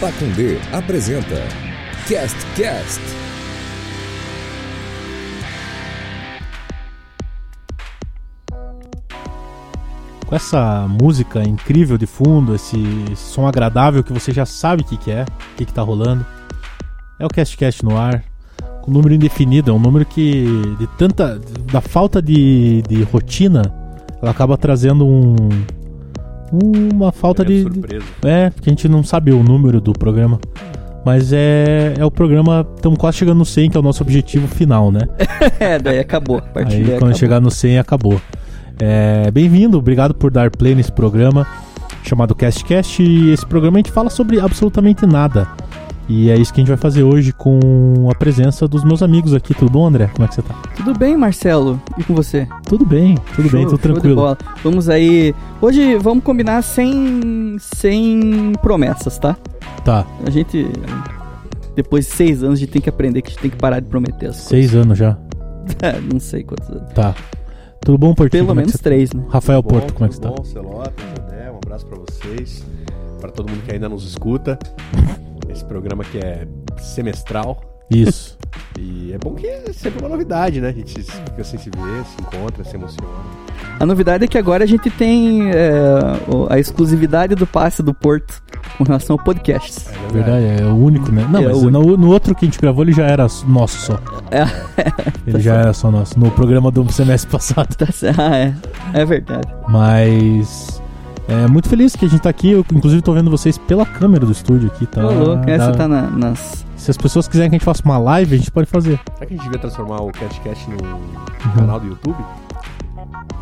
Pacundê apresenta Cast Cast. Com essa música incrível de fundo, esse som agradável que você já sabe o que, que é, o que, que tá rolando. É o Cast Cast no ar, com número indefinido, é um número que de tanta. da falta de, de rotina, ela acaba trazendo um. uma falta de. de- surpresa. É, porque a gente não sabe o número do programa. Mas é, é o programa. Estamos quase chegando no 100, que é o nosso objetivo final, né? É, daí acabou. A partir Aí daí quando acabou. chegar no 100, acabou. É, Bem-vindo, obrigado por dar play nesse programa chamado CastCast. E esse programa a gente fala sobre absolutamente nada. E é isso que a gente vai fazer hoje com a presença dos meus amigos aqui. Tudo bom, André? Como é que você tá? Tudo bem, Marcelo? E com você? Tudo bem, tudo bem, tudo Show- show de tranquilo. bola. Vamos aí. Hoje vamos combinar sem, sem promessas, tá? Tá, A gente. Depois de seis anos, a gente tem que aprender que a gente tem que parar de prometer as coisas. seis anos já. É, Não sei quantos anos. Tá. Tudo bom, Portinho? Pelo Como é que menos você três, né? tá? Rafael Bom, Porto, como é que você tudo tá? Bom, Celota, Jodé, um abraço pra vocês, pra todo mundo que ainda nos escuta. Esse programa que é semestral Isso. e é bom que é sempre uma novidade, né? A gente se- fica sem se ver, se encontra, se emociona. A novidade é que agora a gente tem é, o- a exclusividade do passe do Porto com relação ao podcasts. É Verdade, é o único, né? Não, É mas o no, no outro que a gente gravou ele já era nosso só. É. Ele já era só nosso, no programa do semestre passado. Tá cer- Ah, é. É verdade. Mas. É muito feliz que a gente tá aqui. Eu, inclusive, tô vendo vocês pela câmera do estúdio aqui. Tá, Ô, louco. Essa dá- tá na- nas. Se as pessoas quiserem que a gente faça uma live, a gente pode fazer. Será que a gente devia transformar o CatCast no Uhum. canal do YouTube?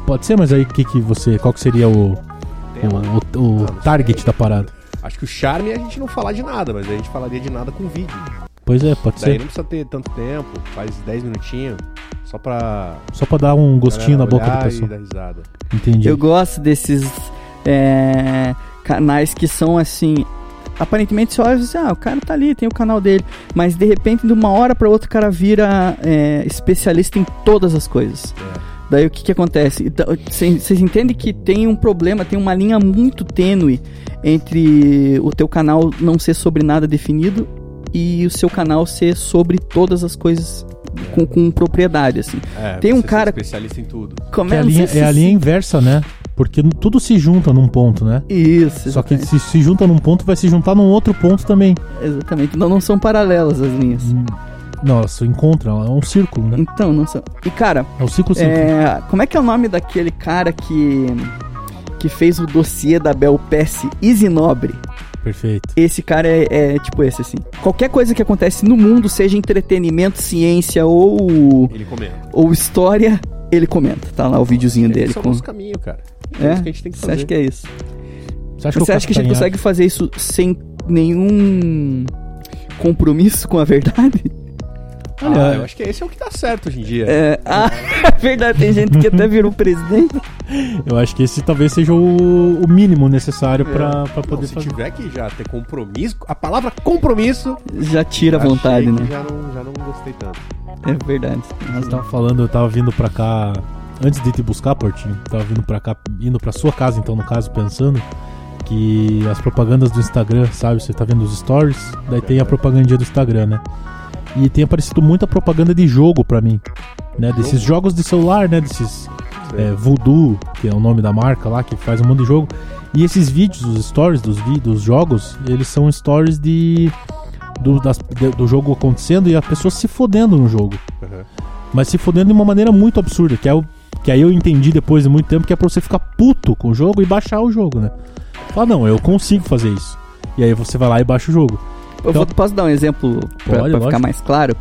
Pode ser, mas aí que que você. Qual que seria o. o- o- o Ah, não sei. target da parada? Acho que o charme é a gente não falar de nada, mas a gente falaria de nada com vídeo. Pois é, pode Daí ser. não precisa ter tanto tempo, faz 10 minutinhos, só pra Só pra dar um gostinho galera na boca olhar da e pessoa. dar risada. Entendi. Eu gosto desses é, canais que são assim. Aparentemente você olha e você, ah, o cara tá ali, tem o canal dele. Mas de repente, de uma hora pra outra, o cara vira é, especialista em todas as coisas. É. Daí o que que acontece? Então, Vocês vocês entendem que tem um problema, tem uma linha muito tênue entre o teu canal não ser sobre nada definido e o seu canal ser sobre todas as coisas com, com propriedade, assim. É, Tem precisa um ser cara- especialista em tudo. Como Que é, a não sei linha, se- é a linha inversa, né? Porque n- tudo se junta num ponto, né? Isso, Só que exatamente. se se junta num ponto, vai se juntar num outro ponto também. Exatamente. Não, não são paralelas as linhas. Não, se encontra, é um círculo, né? Então, não são. E cara, É um ciclo simples. é, como é que é o nome daquele cara que que fez o dossiê da Belpesse Isinobre? Perfeito. Esse cara é, é tipo esse assim. Qualquer coisa que acontece no mundo, seja entretenimento, ciência ou Ele comenta. ou história, ele comenta. Tá lá o videozinho dele Esse é o com. nosso caminho, cara. É? É isso que a gente tem que Você fazer. acha que é isso? acha Você acha que a gente consegue fazer isso sem nenhum compromisso com a verdade? Olha, Ah, eu acho que esse é o que dá certo hoje em dia. né? É, ah, é verdade, tem gente que até virou presidente. Eu acho que esse talvez seja o, o mínimo necessário pra para Não, poder se fazer. tiver que já ter compromisso, a palavra compromisso. Já tira a achei vontade, que né? Já não, já não gostei tanto. É verdade. tem Eu razão. tava falando, eu tava vindo pra cá antes de te buscar, Portinho. Tava vindo pra cá, indo pra sua casa, então, no caso, pensando que as propagandas do Instagram, sabe? Você tá vendo os stories, daí tem a propagandinha do Instagram, né? E tem aparecido muita propaganda de jogo pra mim, né? Desses jogos de celular, né? Desses é, Voodoo, que é o nome da marca lá, que faz um monte de jogo. E esses vídeos, os stories dos, vi- dos jogos, eles são stories de, do, das- de- do jogo acontecendo e a pessoa se fodendo no jogo. Aham. Mas se fodendo de uma maneira muito absurda, que é o que aí eu entendi depois de muito tempo que é pra você ficar puto com o jogo e baixar o jogo, né? Fala, não, eu consigo fazer isso. E aí você vai lá e baixa o jogo. Eu vou- posso dar um exemplo pra, Pode, pra lógico. ficar mais claro?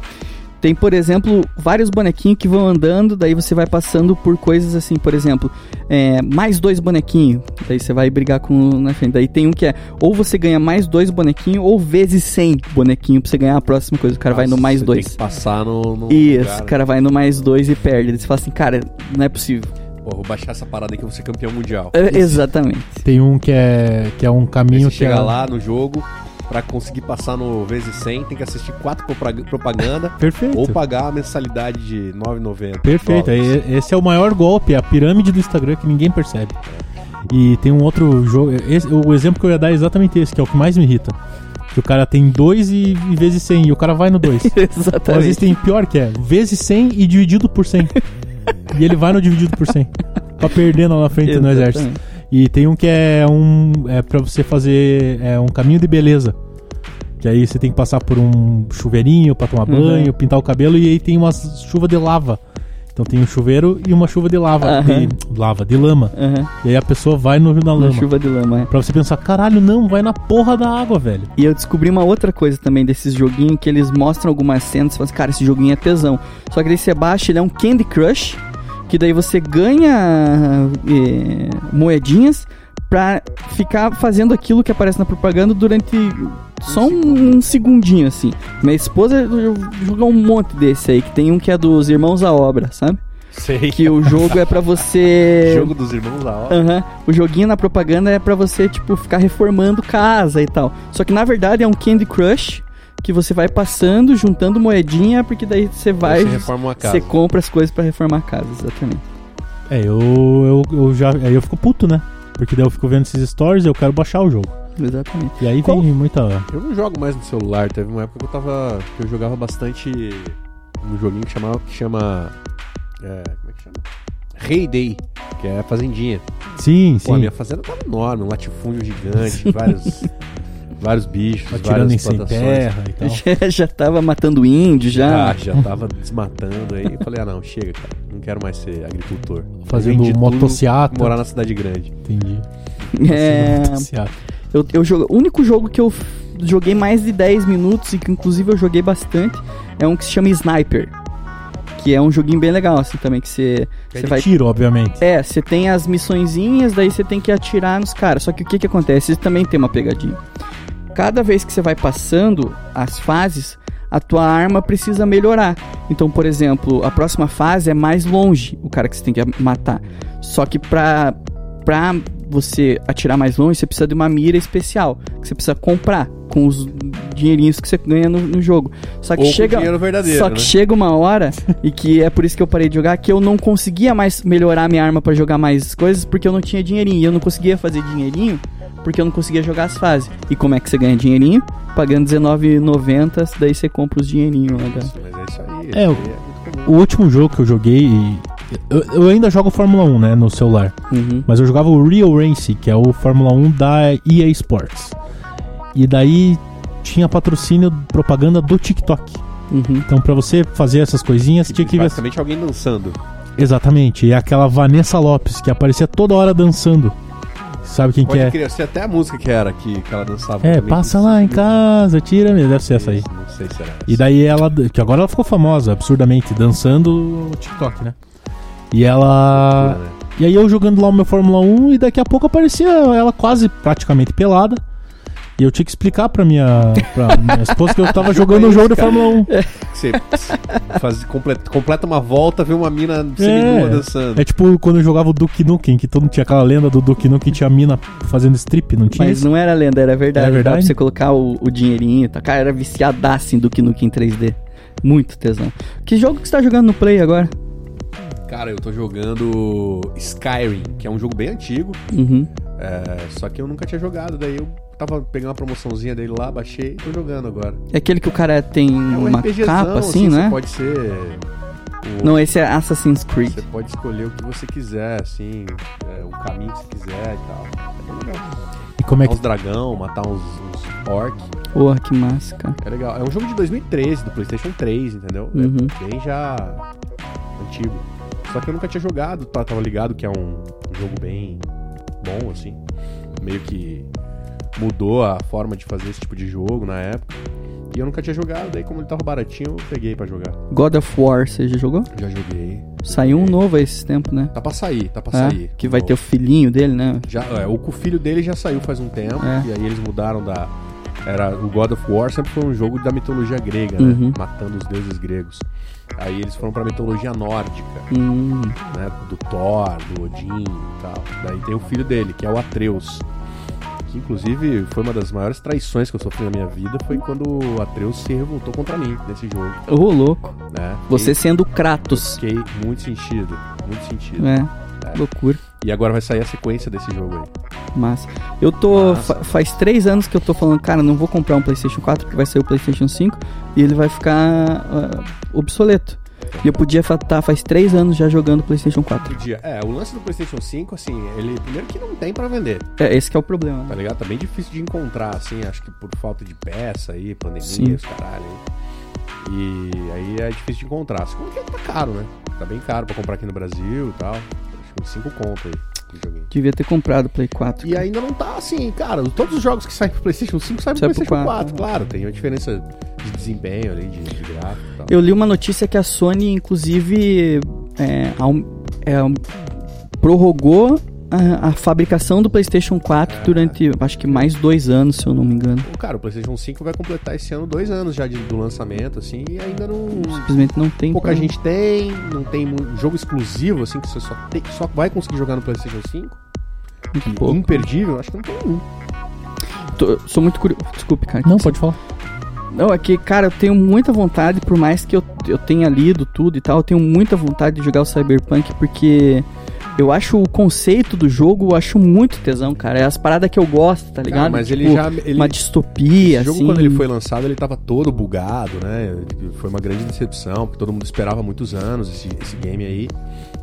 Tem, por exemplo, vários bonequinhos que vão andando, daí você vai passando por coisas assim, por exemplo, é, mais dois bonequinhos, daí você vai brigar com um na frente. Daí tem um que é, ou você ganha mais dois bonequinhos, ou vezes 100 bonequinhos pra você ganhar a próxima coisa. O cara vai no Nossa, mais você dois. Tem que passar no. no Isso, lugar, né? o cara vai no mais dois e perde. Daí você fala assim, cara, não é possível. né? Pô, vou baixar essa parada aí que eu vou ser campeão mundial. É, Exatamente. Tem um que é que é um Aí caminho você que é chega lá no jogo, pra conseguir passar no vezes 100, tem que assistir quatro propag- propaganda perfeito. ou pagar a mensalidade de 9,90. Perfeito, dólares. aí esse é o maior golpe, é a pirâmide do Instagram que ninguém percebe. E tem um outro jogo. esse- o exemplo que eu ia dar é exatamente esse, que é o que é mais me irrita. Que o cara tem 2 e, e vezes 100, e o cara vai no 2. Ou às vezes Exatamente. tem pior que é, vezes 100 e dividido por 100. e ele vai no dividido por 100. Pra perder lá na frente no exército. Exatamente. E tem um que é um. É pra você fazer. É um caminho de beleza. Que aí você tem que passar por um chuveirinho pra tomar Uhum. banho, pintar o cabelo, e aí tem uma chuva de lava. Então tem um chuveiro e uma chuva de lava. Aham. De lava, de lama. Aham, E aí a pessoa vai no, na Na lama. chuva de lama, é. Pra você pensar, caralho, não, vai na porra da água, velho. E eu descobri uma outra coisa também desses joguinhos que eles mostram algumas cenas e falam assim, cara, esse joguinho é tesão. Só que daí você baixa, ele é um Candy Crush, que daí você ganha eh, moedinhas pra ficar fazendo aquilo que aparece na propaganda durante só um, um segundinho, assim. Minha esposa jogou um monte desse aí, que tem um que é dos Irmãos à Obra, sabe? Sei. Que o jogo é pra você... Jogo dos irmãos da hora. Aham. O joguinho na propaganda é pra você, tipo, ficar reformando casa e tal. Só que na verdade é um Candy Crush que você vai passando, juntando moedinha, porque daí você vai. Você reforma uma casa. Você compra as coisas pra reformar a casa, exatamente. É, eu, eu, eu já. Aí eu fico puto, né? Porque daí eu fico vendo esses stories e eu quero baixar o jogo. Exatamente. E aí Qual- vem muita. Eu não jogo mais no celular. Teve uma época que eu tava. que eu jogava bastante um joguinho que chamava. que chama. É, como é que chama? Rei Day, que é a fazendinha. Sim, Pô, a sim. minha fazenda tava enorme, um latifúndio gigante, vários. vários bichos, Atirando várias em sem plantações. terra e Então. tal. Já, já tava matando índio, já. Já, já tava desmatando aí. Eu falei, ah não, chega, cara. Não quero mais ser agricultor. Fazendo Vendi tudo, motociata. Morar na cidade grande. Entendi. é. Fazendo motociata. Eu, eu jogo, o único jogo que eu f- joguei mais de 10 minutos e que inclusive eu joguei bastante é um que se chama Sniper. Que é um joguinho bem legal, assim, também, que você, É você de vai tiro, obviamente. É, você tem as missõezinhas, daí você tem que atirar nos caras. Só que o que que acontece? Isso também tem uma pegadinha. Cada vez que você vai passando as fases, a tua arma precisa melhorar. Então, por exemplo, a próxima fase é mais longe, o cara que você tem que matar. Só que pra, pra você atirar mais longe, você precisa de uma mira especial, que você precisa comprar com os dinheirinhos que você ganha no, no jogo. Só que Ou com chega... dinheiro verdadeiro, Só né? que chega uma hora, e que é por isso que eu parei de jogar, que eu não conseguia mais melhorar minha arma pra jogar mais coisas, porque eu não tinha dinheirinho. E eu não conseguia fazer dinheirinho, porque eu não conseguia jogar as fases. E como é que você ganha dinheirinho? Pagando R$19,90, daí você compra os dinheirinhos lá. da- Isso, mas é isso aí. É, o- isso aí muito comum. O último jogo que eu joguei. Eu, eu ainda jogo Fórmula 1, né? No celular. Uhum. Mas eu jogava o Real Race, que é o Fórmula 1 da EA Sports. E daí tinha patrocínio, propaganda do TikTok. Uhum. Então, pra você fazer essas coisinhas, tinha que ver. Basicamente alguém dançando. Exatamente. E aquela Vanessa Lopes, que aparecia toda hora dançando. Sabe quem que Pode é? crer, eu sei até a música que era que, que ela dançava. É, também. passa lá em casa, tira, me deve ser essa aí. Não sei se era essa. E daí ela, que agora ela ficou famosa absurdamente dançando o TikTok, né? E ela, né? e aí eu jogando lá o meu Fórmula 1 e daqui a pouco aparecia ela quase praticamente pelada. E eu tinha que explicar pra minha, pra minha esposa que eu tava jogando um jogo de Fórmula 1. Você faz, completa, completa uma volta, vê uma mina seminua dançando. É, é tipo quando eu jogava o Duke Nukem, que todo mundo tinha aquela lenda do Duke Nukem tinha a mina fazendo strip, não tinha? Mas não era lenda, era verdade. Era Dá verdade? Pra você colocar o, o dinheirinho, e tal. cara, era viciadaço em Duke Nukem 3D. Muito tesão. Que jogo que você tá jogando no Play agora? É. Cara, eu tô jogando Skyrim, que é um jogo bem antigo, Uhum. é, só que eu nunca tinha jogado. Daí eu tava pegando uma promoçãozinha dele lá, baixei e tô jogando agora. É aquele que o cara tem É um uma RPGzão, capa assim, você né? Pode ser. o- Não, esse é Assassin's Creed. Você pode escolher o que você quiser, assim, é, o caminho que você quiser e tal. É bem legal. E como é Matar que uns dragão, matar uns, uns orc. Porra, que massa, cara. É legal. É um jogo de 2013, do PlayStation 3, entendeu? Uhum. É bem já antigo. Só que eu nunca tinha jogado, tá- tava ligado que é um jogo bem bom, assim. Meio que mudou a forma de fazer esse tipo de jogo na época. E eu nunca tinha jogado, daí como ele tava baratinho, eu peguei pra jogar. God of War, você já jogou? Já joguei. Saiu um Joguei. novo a esse tempo, né? Tá pra sair, tá pra É, sair. que vai Novo. ter o filhinho dele, né? Já, é, o filho dele já saiu faz um tempo, É. e aí eles mudaram da. Era, o God of War sempre foi um jogo da mitologia grega, Uhum. né? Matando os deuses gregos. Aí eles foram pra mitologia nórdica, Hum, né? Do Thor, do Odin e tal. Daí tem o filho dele, que é o Atreus. Que inclusive foi uma das maiores traições que eu sofri na minha vida, foi quando o Atreus se revoltou contra mim nesse jogo. ô louco. Né? Você sendo o Kratos. Fiquei fiquei muito sentido, muito sentido. É, loucura. E agora vai sair a sequência desse jogo aí. Massa. Eu tô. Massa. fa- faz três anos que eu tô falando, cara, não vou comprar um PlayStation 4 porque vai sair o PlayStation 5 e ele vai ficar ah, obsoleto. E eu podia estar faz três anos já jogando PlayStation 4. Podia. É, o lance do PlayStation 5, assim, ele primeiro que não tem pra vender, É, esse que é o problema. tá né? ligado? Tá bem difícil de encontrar, assim, acho que por falta de peça aí, pandemia, Sim. os caralho. hein? E aí é difícil de encontrar. Assim, como que tá caro, né? Tá bem caro pra comprar aqui no Brasil e tal. Acho que uns 5 conto aí. de joguinho. Devia ter comprado o Play 4. E ainda não tá assim, cara. Todos os jogos que saem pro PlayStation 5 saem pro Sai pro PlayStation 4. quatro. Claro, tem uma diferença de desempenho ali, de, de gráfico e tal. Eu li uma notícia que a Sony, inclusive, é, aum- é, um- prorrogou a, a fabricação do PlayStation 4 durante, acho que mais dois anos, se eu não me engano. Pô, Cara, o PlayStation 5 vai completar esse ano dois anos já de- do lançamento, assim, e ainda não. Simplesmente não tem. Pouca pra- gente tem, não tem mu- jogo exclusivo, assim, que você só, tem- só vai conseguir jogar no PlayStation 5. muito Que pouco. Tá Imperdível, acho que não tem um. Tô- sou muito curioso. Desculpe, cara. Não, pode falar. Não, é que, cara, eu tenho muita vontade, por mais que eu, eu tenha lido tudo e tal, eu tenho muita vontade de jogar o Cyberpunk, porque eu acho o conceito do jogo, eu acho muito tesão, cara. É as paradas que eu gosto, tá ligado? Cara, Ah, mas ele Tipo, já. Ele, Uma distopia, esse jogo, assim. quando ele foi lançado, ele tava todo bugado, né? Foi uma grande decepção, porque todo mundo esperava muitos anos esse, esse game aí.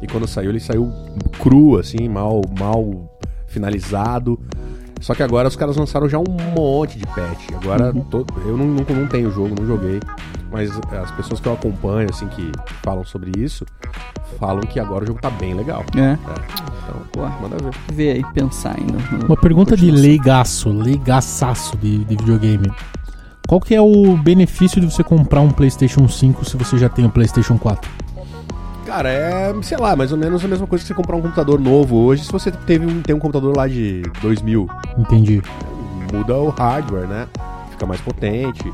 E quando saiu, ele saiu cru, assim, mal, mal finalizado. Só que agora os caras lançaram já um monte de patch. Agora to- eu não, não, não tenho o jogo, não joguei. Mas as pessoas que eu acompanho, assim, que falam sobre isso, falam que agora o jogo tá bem legal. É, né? Então, Pô. manda ver. ver aí, pensar ainda. no- Uma pergunta de continuação. leigaço, leigaçaço de, de videogame. Qual que é o benefício de você comprar um PlayStation 5 se você já tem o PlayStation 4? Cara, é, sei lá, mais ou menos a mesma coisa que você comprar um computador novo hoje, se você teve um, tem um computador lá de 2000, Entendi. muda o hardware, né? Fica mais potente.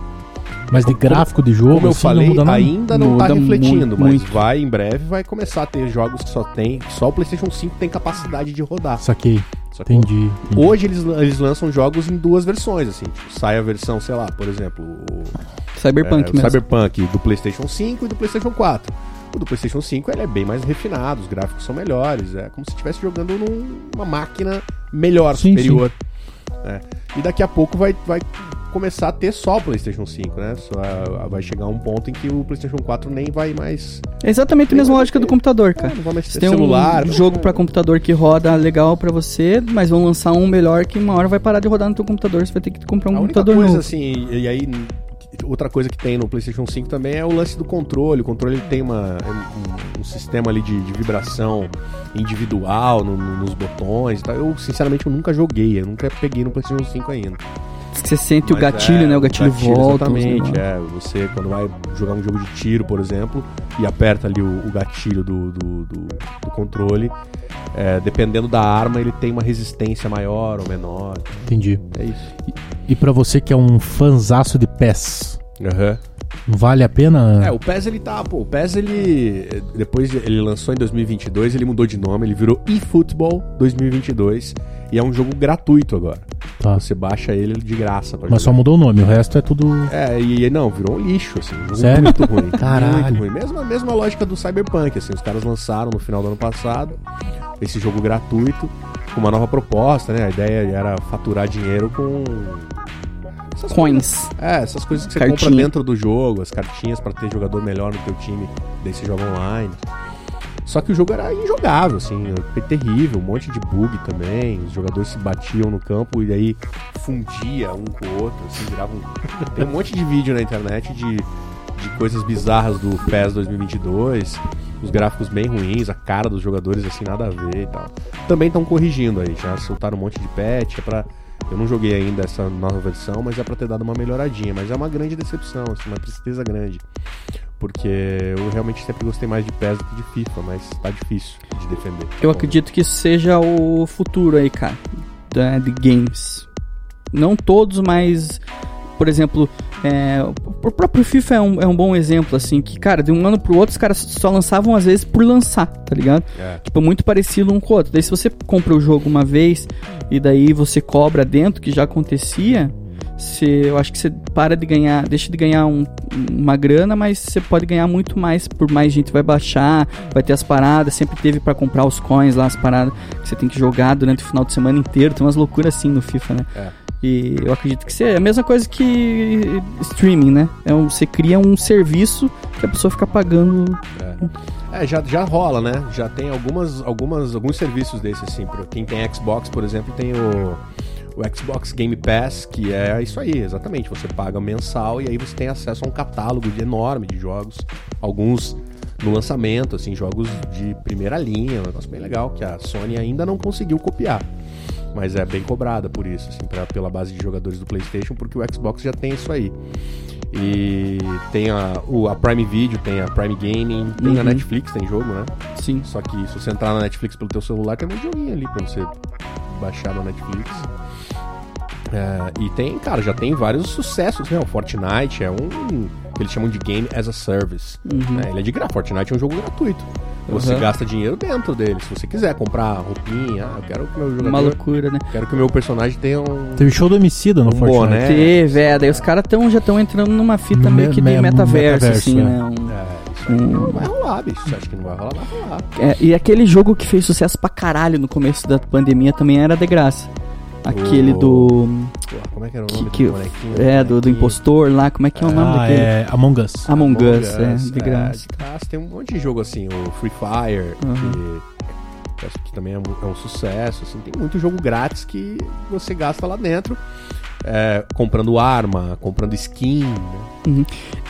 Mas de gráfico de jogo, Como eu assim, falei, não muda nada. ainda não tá Muda mu- refletindo, mas muito. vai em breve vai começar a ter jogos que só tem, só o PlayStation 5 tem capacidade de rodar. Saquei, sacou? entendi. entendi. Hoje eles, eles lançam jogos em duas versões, assim, tipo, sai a versão, sei lá, por exemplo, o Cyberpunk é, o mesmo. Cyberpunk do PlayStation 5 e do PlayStation 4. O do PlayStation 5 ele é bem mais refinado, os gráficos são melhores, é como se estivesse jogando numa máquina melhor, Sim, superior. né? E daqui a pouco vai, vai começar a ter só o PlayStation 5, né? Só- vai chegar um ponto em que o PlayStation 4 nem vai mais. É exatamente a mesma lógica do computador, cara. não vai mais Você ter tem celular. né? um não- jogo pra computador que roda legal pra você, mas vão lançar um melhor que uma hora vai parar de rodar no teu computador, você vai ter que comprar um a única computador coisa, novo. assim, e aí outra coisa que tem no PlayStation 5 também é o lance do controle. O controle ele tem uma, um, um sistema ali de, de vibração individual no- no- nos botões e tal. Eu, sinceramente, eu nunca joguei, eu nunca peguei no PlayStation 5 ainda. Diz que Você sente o Mas gatilho, é, né? O gatilho, volta. uns Exatamente, negócios. é. Você, quando vai jogar um jogo de tiro, por exemplo, e aperta ali o, o gatilho do, do, do- do controle, é, dependendo da arma, ele tem uma resistência maior ou menor. Entendi. É isso. E pra você que é um fanzaço de PES, Aham. vale a pena? É, o PES ele tá, pô, o PES ele depois ele lançou em 2022, ele mudou de nome, ele virou eFootball 2022 e é um jogo gratuito agora. Tá. Você baixa ele de graça pra Mas só mudou o nome, o resto é tudo... É, e e não, virou um lixo assim, um jogo Sério? muito ruim. Caralho. Muito ruim. Mesma mesma lógica do Cyberpunk, assim, os caras lançaram no final do ano passado esse jogo gratuito com uma nova proposta, né? A ideia era faturar dinheiro com essas Coins. é, essas coisas que você compra Cartinha. dentro do jogo, as cartinhas pra ter jogador melhor no teu time, daí você joga online. Só que o jogo era injogável, assim, foi terrível, um monte de bug também, os jogadores se batiam no campo e aí fundia um com o outro, assim, virava um... Tem um monte de vídeo na internet de, de coisas bizarras do PES 2022, os gráficos bem ruins, a cara dos jogadores, assim, nada a ver e tal. Também estão corrigindo aí, já soltaram um monte de patch, é pra... Eu não joguei ainda essa nova versão, mas é pra ter dado uma melhoradinha. Mas é uma grande decepção, assim, uma tristeza grande. Porque eu realmente sempre gostei mais de PES do que de FIFA, mas tá difícil de defender. Eu acredito que isso seja o futuro aí, cara, da- de games. Não todos, mas, por exemplo, é, o próprio FIFA é um, é um bom exemplo, assim, que, cara, de um ano pro outro os caras só lançavam às vezes por lançar, tá ligado? É. Tipo, muito parecido um com o outro. Daí se você compra o jogo uma vez e daí você cobra dentro, que já acontecia, Você, eu acho que você para de ganhar, deixa de ganhar um- uma grana, mas você pode ganhar muito mais, por mais gente vai baixar, vai ter as paradas, sempre teve pra comprar os coins lá, as paradas que você tem que jogar durante o final de semana inteiro, tem umas loucuras assim no FIFA, né? É. E eu acredito que seja a mesma coisa que streaming, né? É um, você cria um serviço que a pessoa fica pagando É, já, já rola, né? Já tem algumas, algumas, alguns serviços desses, assim. Pra quem tem Xbox, por exemplo, tem o, o Xbox Game Pass, que é isso aí, exatamente. Você paga mensal e aí você tem acesso a um catálogo de- enorme de jogos. Alguns no lançamento, assim, jogos de primeira linha, um negócio bem legal, que a Sony ainda não conseguiu copiar. Mas é bem cobrada por isso, assim, pra, pela base de jogadores do PlayStation, porque o Xbox já tem isso aí. E tem a, o- a Prime Video, tem a Prime Gaming, tem Uhum. a Netflix, tem jogo, né? Sim. Só que se você entrar na Netflix pelo teu celular, tem um joguinho ali pra você baixar na Netflix. É, e tem, cara, já tem vários sucessos, né? O Fortnite é um. que eles chamam de Game as a Service. né? Ele é de graça. Fortnite é um jogo gratuito. Você Uhum. gasta dinheiro dentro dele. Se você quiser comprar roupinha, ah, eu quero que meu jogador. Uma loucura, né? Quero que meu personagem tenha um. Teve show do Emicida no Um Fortnite. boné. É. Teve, é, daí os caras tão, já estão entrando numa fita meio que de Me- me- metaverso, metaverso, assim, é. né? Um- É, isso aí não vai rolar, bicho. Você acha que não vai rolar? Vai rolar. é, e aquele jogo que fez sucesso pra caralho no começo da pandemia também era de graça. Aquele O- do. Pô, como é que era o Que, nome que- do bonequinho? é, do, do Bonequinho. impostor lá, como é que é o nome Ah, daquele? é Among Us. Among Among Us, é, Us, de graça. de graça. Tem um monte de jogo assim, o Free Fire, que, acho que também é um, é um sucesso. assim. Tem muito jogo grátis que você gasta lá dentro, é, comprando arma, comprando skin. né?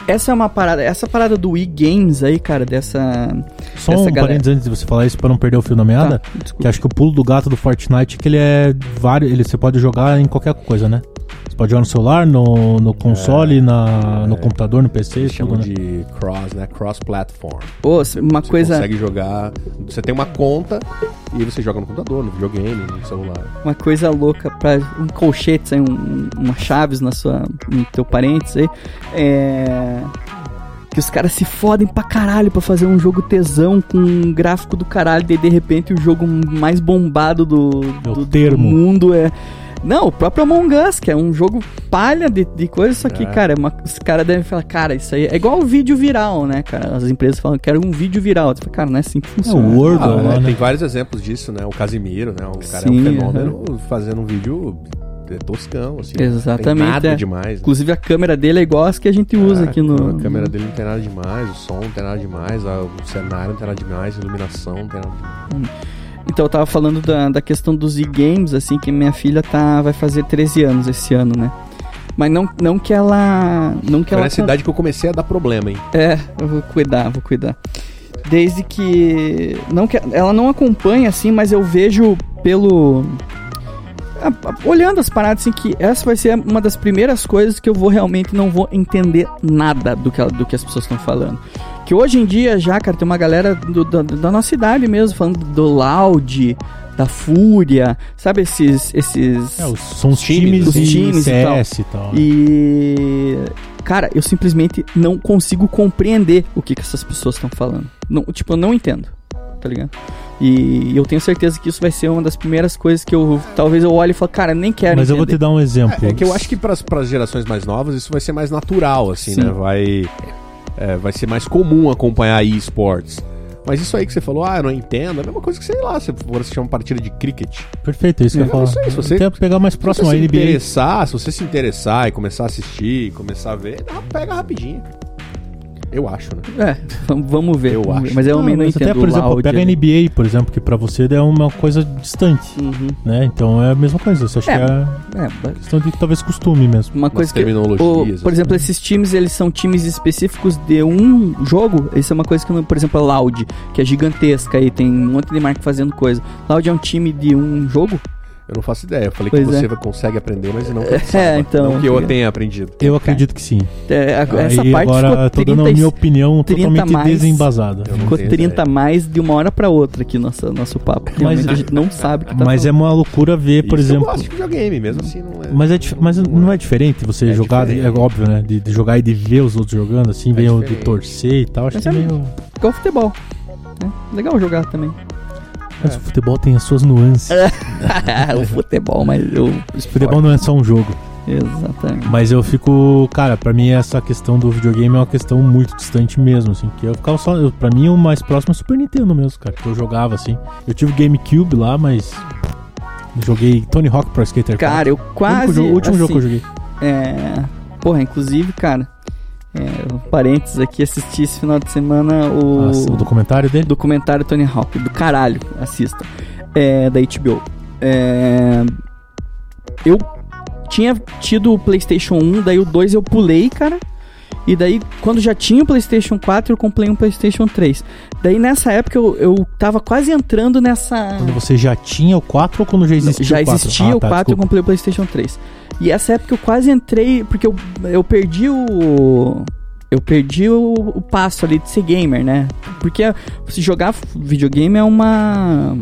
Essa é uma parada, essa parada do Wii Games aí, cara, dessa. Só Essa um galera- parênteses antes de você falar isso pra não perder o fio da meada. Tá, desculpa. Que acho que o pulo do gato do Fortnite é que ele é vários. Ele, você pode jogar em qualquer coisa, né? Você pode jogar no celular, no, no console, na, no computador, no PC, Eles tudo, chamam né? de cross, né? Cross-platform. Ô, se- é uma Você coisa. consegue jogar. Você tem uma conta e você joga no computador, no videogame, no celular. uma coisa louca pra um colchete, aí, um- um, uma chaves na sua, no teu parênteses aí, é que os caras se fodem pra caralho pra fazer um jogo tesão com um gráfico do caralho, daí de repente o jogo mais bombado do, É o do, do termo. mundo é não, o próprio Among Us, que é um jogo palha de, de coisa, só que, É. cara, é uma- os caras devem falar, cara, isso aí é igual o vídeo viral, né, cara? As empresas falam, quero um vídeo viral. Você fala, cara, não é assim que É o funciona. Wordle Ah, lá, é, né? Tem vários exemplos disso, né? O Casimiro, né? O cara é Sim, um fenômeno fazendo um vídeo é, toscão, assim. Não tem Exatamente, nada é. demais. né? Inclusive a câmera dele é igual as que a gente usa Ah, aqui no. A câmera dele não tem nada demais, o som não tem nada demais, a- o cenário não tem nada demais, a iluminação não tem nada demais. Então eu tava falando da, da questão dos e-games, assim, que minha filha tá, vai fazer 13 anos esse ano, né? Mas não, não que ela. Não que Foi ela. nessa idade que eu comecei a dar problema, hein? É, eu vou cuidar, vou cuidar. Desde que. Não que ela não acompanha, assim, mas eu vejo pelo. a- a- Olhando as paradas, assim, que essa vai ser uma das primeiras coisas que eu vou realmente não vou entender nada do que, ela- do que as pessoas estão falando. Que hoje em dia já, cara, tem uma galera do- da, da nossa idade mesmo, falando do Loud, da Fúria, sabe esses. esses É, os- são os times, times, os de times e tal. CS e tal. né? e. Cara, eu simplesmente não consigo compreender o que, que essas pessoas estão falando. Não, tipo, eu não entendo. Tá ligado? E eu tenho certeza que isso vai ser uma das primeiras coisas que eu. Talvez eu olhe e fale, cara, nem quero. Mas eu vou te entender. dar um exemplo. É, é que eu acho que para as gerações mais novas isso vai ser mais natural, assim, Sim. né? Vai, é, vai ser mais comum acompanhar esportes. Mas isso aí que você falou, ah, eu não entendo, é a mesma coisa que, sei lá, se for assistir uma partida de cricket. Perfeito, é isso que eu ia É, falar. isso aí, se você- Até pegar mais Se próximo você a se NBA. interessar, se você se interessar e começar a assistir, começar a ver, dá- pega rapidinho. Eu acho, né? É, vam- vamos ver. Eu vamos ver. acho. Mas eu Não, realmente não mas entendo. até, por o exemplo, Loud pega a ali. NBA, por exemplo, que pra você é uma coisa distante, Uhum. né? Então é a mesma coisa. Você acha É. que é É, ba- questão de talvez costume mesmo. uma coisa que. o- terminologias. assim. por exemplo, esses times, eles são times específicos de um jogo. Isso é uma coisa que, eu não- por exemplo, a Loud, que é gigantesca e tem um monte de marca fazendo coisa. Loud é um time de um jogo? Eu não faço ideia. Eu falei Pois que é. você vai- consegue aprender, mas não que É, eu saiba. então, Não que eu fica- tenha aprendido. Eu acredito que sim. É, a- essa Aí parte agora eu tô ficou dando a 30, minha opinião 30 totalmente mais. desembasada. Eu não ficou tenho 30 ideia. mais de uma hora pra outra aqui nosso, nosso papo. Realmente a gente não sabe o que tá é- Mas é uma loucura ver, por Isso Eu exemplo. gosto de videogame, mesmo assim não é. Mas, é, dif- mas não é diferente você É jogar, diferente. é óbvio, né? De, de jogar e de ver os outros jogando, assim, ver o- de diferente. torcer e tal. Acho É Mas que é é- meio. falando. Igual futebol. né? Legal jogar também. Mas o É. futebol tem as suas nuances. o futebol, mas eu... O futebol não é só um jogo. Exatamente. Mas eu fico, cara, pra mim essa questão do videogame é uma questão muito distante mesmo, assim, que eu ficava só, eu, pra mim o mais próximo é Super Nintendo mesmo, cara, que eu jogava assim. Eu tive GameCube lá, mas joguei Tony Hawk Pro Skater 4. Cara, eu Único quase. jogo- o último jogo que eu assim, joguei. É, porra, inclusive, cara, é, um parênteses aqui, assisti esse final de semana o Nossa, o documentário é dele? documentário Tony Hawk, do caralho, assista, é, da HBO. É, eu tinha tido o PlayStation 1, daí o 2 eu pulei, cara. E daí, quando já tinha o PlayStation 4, eu comprei um PlayStation 3. Daí, nessa época, eu, eu tava quase entrando nessa. Quando você já tinha o 4 ou quando já existia o Já Ah, tá, 4? existia o 4, eu comprei o PlayStation 3. E essa época eu quase entrei, porque eu, eu perdi o. Eu perdi o, o passo ali de ser gamer, né? Porque se jogar f- videogame é uma.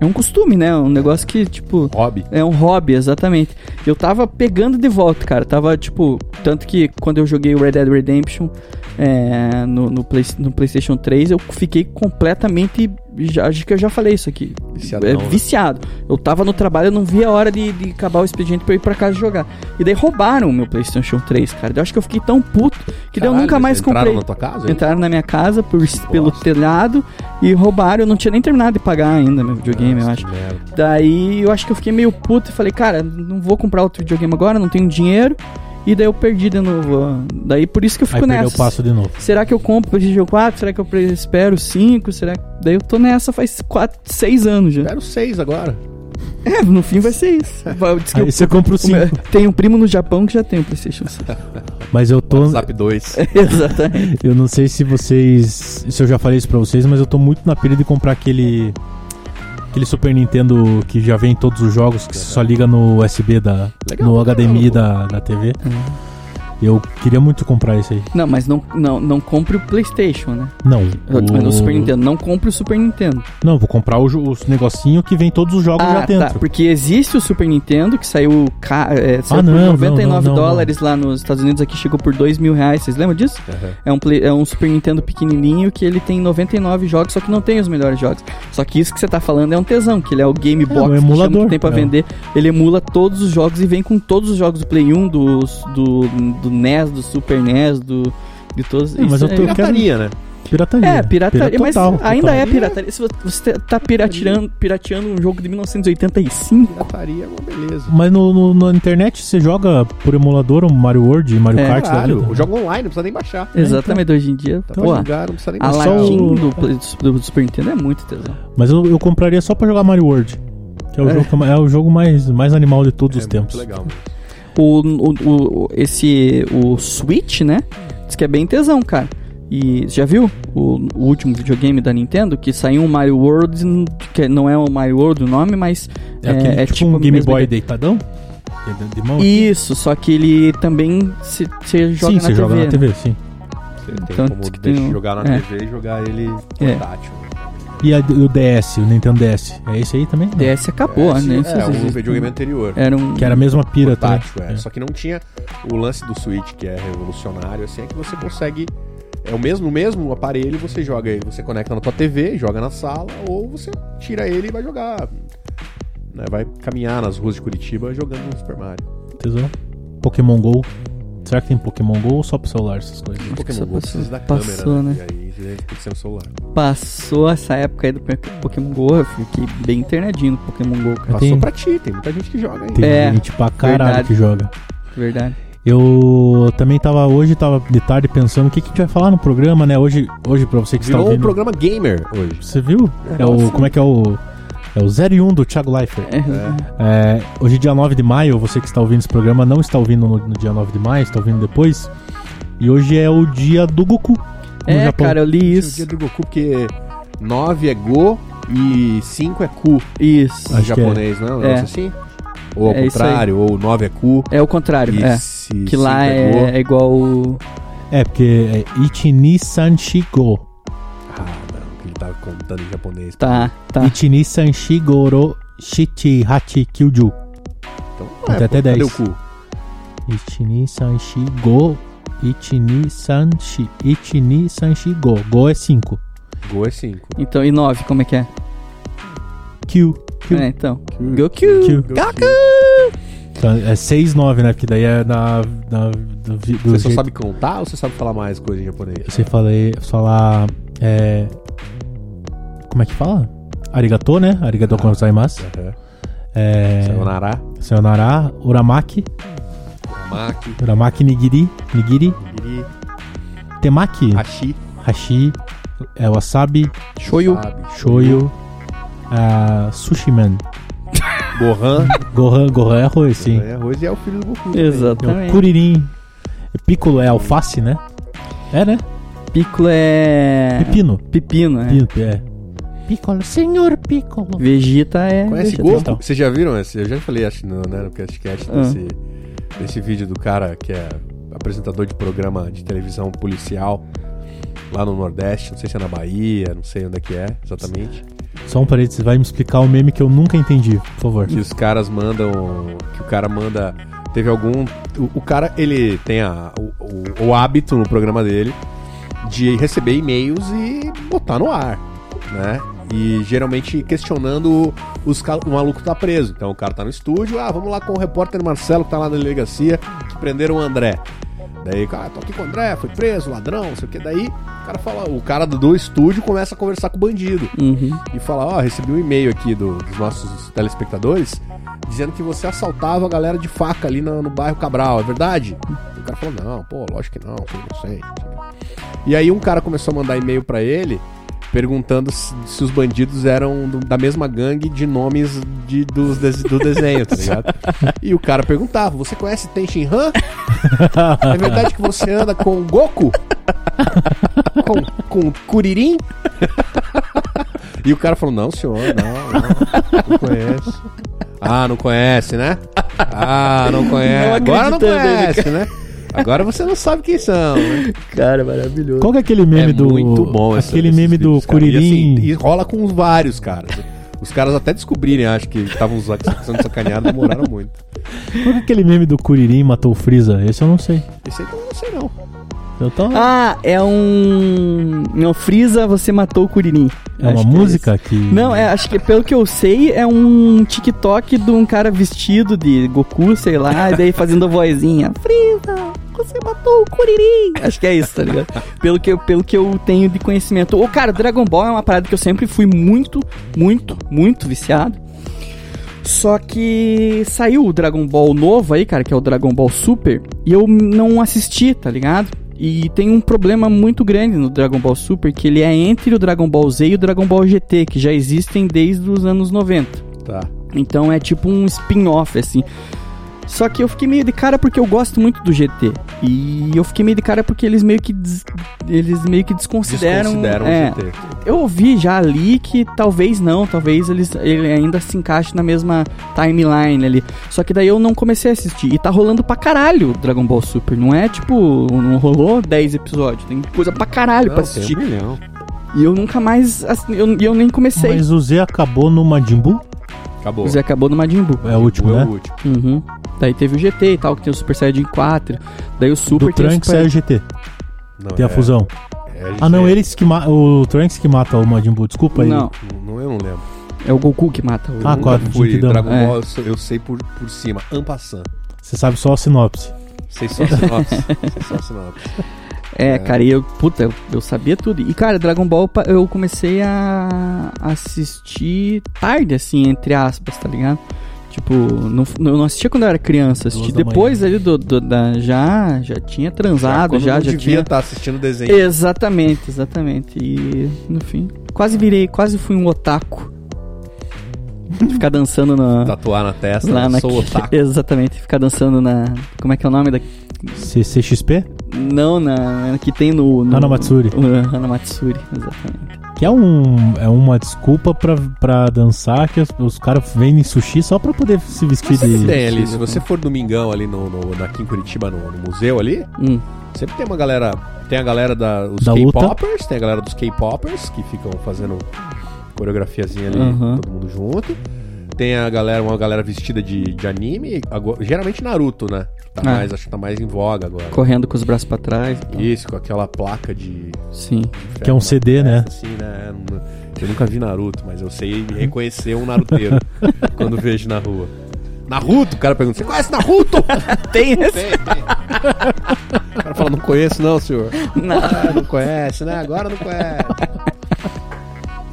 É um costume, né? Um negócio que, tipo. Hobby. É um hobby, exatamente. Eu tava pegando de volta, cara. Tava, tipo, tanto que quando eu joguei o Red Dead Redemption é, no, no, Play- no PlayStation 3, eu fiquei completamente. Já, acho que eu já falei isso aqui. Viciadão, é, né? viciado. Eu tava no trabalho, eu não via a hora de, de acabar o expediente pra eu ir pra casa jogar. E daí roubaram o meu PlayStation 3, cara. Eu acho que eu fiquei tão puto que daí eu Caralho, nunca mais eles entraram comprei. na tua casa? hein? Entraram na minha casa por, pelo telhado e roubaram. Eu não tinha nem terminado de pagar ainda meu videogame, eu Nossa, acho. que merda. Daí eu acho que eu fiquei meio puto e falei, cara, não vou comprar outro videogame agora, não tenho dinheiro. E daí eu perdi de novo. ó. Daí por isso que eu Aí fico perdeu nessa. o passo de novo. Será que eu compro o PlayStation 4? Será que eu pre- espero 5? Será que... Daí eu tô nessa faz 4, 6 anos já. Quero seis agora. É, no fim vai ser isso. Vai- diz que Aí eu- você compra o o meu- 5. Tem um primo no Japão que já tem o PlayStation 6. Mas eu Então, tô. Zap 2. Exatamente. Eu não sei se vocês. Se eu já falei isso pra vocês, mas eu tô muito na pilha de comprar aquele. Aquele Super Nintendo que já vem em todos os jogos, que você só liga no USB da. Legal, no legal. HDMI da, da TV. É. Eu queria muito comprar esse aí. Não, mas não, não, não compre o PlayStation, né? Não. Mas no o- Super Nintendo. Não compre o Super Nintendo. Não, eu vou comprar o, jo- os negocinho que vem todos os jogos Ah, tá. já dentro. Porque existe o Super Nintendo, que saiu, ca- é, saiu Ah, não, por não, 99 não, não, dólares lá nos Estados Unidos, aqui chegou por 2 mil reais, vocês lembram disso? É, um play- é um Super Nintendo pequenininho que ele tem 99 jogos, só que não tem os melhores jogos. Só que isso que você tá falando é um tesão, que ele é o Game Box um que chama, emulador, que tem pra é. vender. Ele emula todos os jogos e vem com todos os jogos do Play 1, do, do, do NES, do Super NES, do... De todos. É, mas Isso eu tô- é- Pirataria, né? Pirataria. é, pirataria, Pira- mas total, ainda total. é pirataria. Se você- você tá pirateando, pirateando um jogo de 1985, Pirataria é uma beleza. Mas no, no- na internet você joga por emulador o Mario World e Mario É, Kart né? da Caralho, vida. eu jogo online, não precisa nem baixar. Exatamente, hoje em dia. Né? Tá pô, pra jogar, não precisa nem Então, a baixar. latinha o- do, Play- do, do Super Nintendo é muito tesão. Mas eu, eu compraria só pra jogar Mario World. Que é o É. jogo, que é o jogo mais, mais animal de todos É os muito tempos. legal, mano. O, o, o- esse, o Switch, né? Diz que é bem tesão, cara. E já viu o, o último videogame da Nintendo? Que saiu um Mario World, que não é o Mario World o nome, mas É, aquele, tipo, um a Game mesma Boy ideia. deitadão? Que é de- de mão? Isso, só que ele também se, se joga sim, na você TV. joga na né? TV, sim. Você tem Então, como diz que deixar tem um- jogar na é. TV e jogar ele É. portátil. E a- o DS, o Nintendo DS. É esse aí também? Não. DS acabou, é, né? sim, Não sei se É, o existe. videogame anterior. Era um. Que era a mesma pira, tá? portátil, é. Só que não tinha o lance do Switch, que é revolucionário, assim, é que você consegue. É o mesmo, o mesmo aparelho, você joga ele, você conecta na tua TV, joga na sala, ou você tira ele e vai jogar. né, vai caminhar nas ruas de Curitiba jogando no Super Mario. É, Tesão. Pokémon GO. Será que tem Pokémon GO ou só pro celular essas coisas? E Pokémon só Go passou- precisa da passou, câmera, né? né? E aí você tem que ser no celular. Passou essa época aí do Pe- Pokémon GO, eu fiquei bem internadinho no Pokémon GO, cara. Eu Passou tenho- pra ti, tem muita gente que joga aí. Tem É, gente pra caralho verdade. que joga. Verdade. Eu também tava hoje, tava de tarde pensando o que, que a gente vai falar no programa, né? Hoje, hoje pra você que está Virou um ouvindo. programa gamer hoje. Você viu? É o, como é que é o. É o 01 do Thiago Leifert. É, hoje, dia 9 de maio, você que está ouvindo esse programa não está ouvindo no, no dia 9 de maio, está ouvindo depois. E hoje é o dia do Goku. no É, Japão. cara, eu li Esse é isso. o dia do Goku, porque 9 é Go e 5 é Ku Isso. em Acho que é. japonês, não é? Um É. negócio assim? Ou ao É isso aí. contrário, ou 9 é Ku. É o contrário, e é. se- Que se lá pegou- é, é igual o. É, porque é Ichini Sanshigoro. Ah, não, que ele tava contando em japonês. Tá, tá. Ichini Sanshigoro Shichihachi Kyuju. Então, Até pô, até cadê 10. o cu? Ichini Sanshigoro. Ichini Sanshi. Ichini Sanshigoro. Go é 5. Go é 5. Então, e 9, como é que é? Kyu. Kyu. É, então. Goku! Kyu. Goku! Então, é 6,9, né? Porque daí é na. na do, vi- do Você só jeito- sabe contar ou você sabe falar mais coisa em japonês? Eu sei falar. falar é, como é que fala? Arigato, né? Arigato gozaimasu. Aham. É, Ah. Sayonara, sayonara, uramaki, maki, uramaki nigiri, nigiri, iri, temaki, ashi, hashi, é, wasabi, Shoyu. sabe? shoyu, ah, sushi man. Gohan. Gohan, Gohan é arroz, sim. É, Arroz e é o filho do Goku. também. É o Exatamente. curirim. Piccolo é alface, né? É, né? Piccolo é. Pepino. Pepino, né? Pepino, é. Piccolo, senhor Piccolo. Vegeta é. Conhece Vegeta. Goku? então. Vocês já viram esse? Eu já falei, acho, no, né, no CastCast, Ah. desse, desse vídeo do cara que é apresentador de programa de televisão policial lá no Nordeste, não sei se é na Bahia, não sei onde é que é exatamente. Só um parênteses, vai me explicar o meme que eu nunca entendi, por favor. Que os caras mandam. Que o cara manda. Teve algum. O, o cara, ele tem a, o, o- o hábito no programa dele de receber e-mails e botar no ar, né? E geralmente questionando os ca- o maluco tá preso. Então o cara tá no estúdio, ah, vamos lá com o repórter Marcelo que tá lá na delegacia, que prenderam o André. Daí, cara, "Ah, tô aqui com o André, foi preso, ladrão, não sei o que. Daí o cara fala, o cara do- do estúdio começa a conversar com o bandido Uhum. e falar, ó, recebi um e-mail aqui do- dos nossos telespectadores dizendo que você assaltava a galera de faca ali no, no bairro Cabral, é verdade? E o cara falou, não, pô, lógico que não, pô, não sei. E aí um cara começou a mandar e-mail pra ele perguntando se, se os bandidos eram do- da mesma gangue de nomes de, dos des- do desenho, tá ligado? E o cara perguntava, você conhece Tenshin Han? É verdade que você anda com o Goku? Com, com o Kuririn? E o cara falou: Não, senhor, não, não, não conheço. Ah, não conhece, né? Ah, não conhece. Não Agora não acreditando ele, conhece, né? Agora você não sabe quem são. Né? Cara, maravilhoso. Qual que é aquele meme é do. muito bom essa- aquele esses meme do vídeos, cara. E, assim, Curirim. e rola com os vários, cara. Os caras até descobrirem, acho que estavam sa- sendo sacaneados, demoraram muito. Qual que é aquele meme do Curirim matou o Freeza? Esse eu não sei. Esse aí eu não sei, não. Eu tô- Ah, é um. Não, Frieza, você matou o Kuririn. é uma Acho que música que. isso. Não, é, acho que pelo que eu sei, é um TikTok de um cara vestido de Goku, sei lá, e daí fazendo a vozinha. Frieza, você matou o Kuririn. Acho que é isso, tá ligado? Pelo que, eu- pelo que eu tenho de conhecimento. Ô, cara, Dragon Ball é uma parada que eu sempre fui muito, muito, muito viciado. Só que saiu o Dragon Ball novo aí, cara, que é o Dragon Ball Super, e eu não assisti, tá ligado? E tem um problema muito grande no Dragon Ball Super, que ele é entre o Dragon Ball Z e o Dragon Ball GT, que já existem desde os anos 90. Tá. Então é tipo um spin-off, assim. Só que eu fiquei meio de cara porque eu gosto muito do GT. E eu fiquei meio de cara porque eles meio que des- eles meio que desconsideram, Desconsideram é, o GT. eu ouvi já ali que talvez não, talvez eles, ele ainda se encaixe na mesma timeline ali. Só que daí eu não comecei a assistir. E tá rolando pra caralho o Dragon Ball Super. Não é tipo, não rolou 10 episódios. Tem coisa pra É caralho Não, pra tem um assistir. milhão. E eu nunca mais. assi- Eu, e eu nem comecei. Mas o Z acabou no Majin Buu? Acabou. Você acabou no Majin Buu. É o último, é né? o último. Uhum. Daí teve o GT e tal, que tem o Super Saiyajin 4. Daí o Super Do tem o Trunks é Super... o GT. Não, Tem a é- fusão. é Ah, não, GT. eles que ma... o Trunks que mata o Majin Buu. Desculpa aí. Não, Não, eu não lembro. é o Goku que mata o. Eu Ah, nunca claro, fui Jinkidama. Dragon É. Ball, eu sou- eu sei por, por cima. Ampassan. Você sabe só a sinopse. Sei só sinopse. Sei só sinopse. É, cara, e eu, puta, eu, eu sabia tudo. E, cara, Dragon Ball pa- eu comecei a assistir tarde, assim, entre aspas, tá ligado? Tipo, não, f- eu não assistia quando eu era criança, assisti Duas da depois ali do, do- da, já, já tinha transado, quando já, não já, devia tinha... estar assistindo desenho. Exatamente, exatamente. E, no fim, quase virei, quase fui um otaku. Ficar dançando na... Tatuar na testa, lá na... sou otaku. Exatamente, ficar dançando na... Como é que é o nome da... CCXP? Não, na... na que tem no... no... Hanamatsuri. Uh, Hanamatsuri, exatamente. Que é, um, é uma desculpa pra, pra dançar, que os, os caras vendem sushi só pra poder se vestir de. Tem ali, se você for domingão ali no, no, na- aqui em Curitiba, no, no museu ali, Hum. sempre tem uma galera. Tem a galera da, os Da luta. K-Poppers, tem a galera dos K-Poppers que ficam fazendo coreografiazinha ali, Aham. todo mundo junto. Tem a galera, uma galera vestida de, de anime, agora- geralmente Naruto, né? Tá É. Ah. mais, acho que tá mais em voga agora. Correndo com os braços pra trás. e tal. Isso, com aquela placa de. Sim. Que é um CD, né? Assim, né? Eu nunca vi Naruto, mas eu sei reconhecer um naruteiro quando vejo na rua. Naruto, o cara pergunta, você conhece Naruto? Tem esse? O cara fala, não conheço não, senhor. Não. Ah, não conhece, né? Agora não conhece.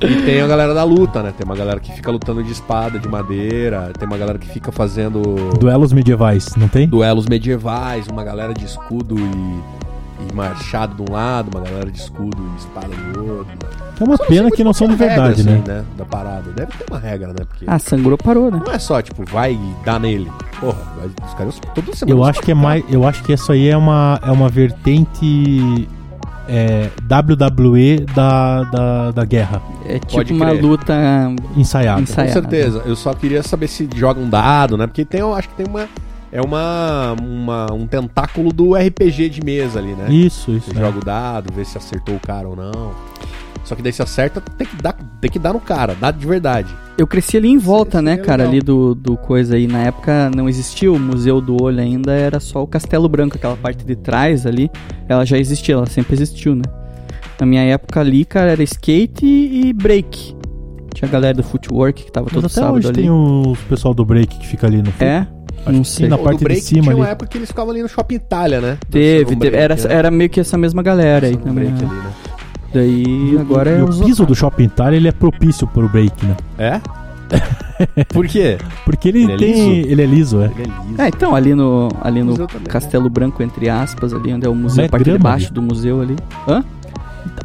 E tem a galera da luta, né? Tem uma galera que fica lutando de espada, de madeira, tem uma galera que fica fazendo Duelos medievais, não tem? duelos medievais, uma galera de escudo e, e machado de um lado, uma galera de escudo e espada do outro. É uma pena que não são de Tem regra, verdade, né? assim, Da parada. Deve ter uma regra, né? Porque Ah, sangrou, parou, né? não é só, tipo, vai e dá nele. Porra, os caras toda semana. Eu acho que é mais. Eu acho que isso aí é uma, é uma vertente é, WWE da, da, da guerra. É tipo Pode uma crer. luta. Ensaiada. Ensa- Com ensaiada. certeza. Eu só queria saber se joga um dado, né? Porque tem, eu acho que tem uma. É uma, uma. um tentáculo do RPG de mesa ali, né? Isso, isso. Você é. joga o dado, vê se acertou o cara ou não. Só que daí se acerta, tem que dar, tem que dar no cara, dado de verdade. Eu cresci ali em volta, Isso né, é cara, legal. ali do, do coisa aí. Na época não existia o Museu do Olho ainda, era só o Castelo Branco, aquela parte de trás ali. Ela já existia, ela sempre existiu, né? Na minha época ali, cara, era skate e e break. Tinha a galera do footwork que tava Mas todo até sábado hoje ali. tem um o pessoal do break que fica ali no fundo. É? Não sei. na Pô, parte do break de cima tinha ali. uma época que eles ficavam ali no Shopping Itália, né? Teve, Dançando um teve. break, Era, né? era meio que essa mesma galera aí Dançando um também. break né? ali, né? Daí agora e é o os piso do Shopping Itália ele é propício pro break, né? É? Por quê? Porque ele, Ele é tem. liso? ele é liso, é. Ele é liso. É, então, ali no, ali no Museu também, né? Castelo Branco, entre aspas, ali onde é o museu, Não é a parte grama de baixo ali? do museu ali. Hã?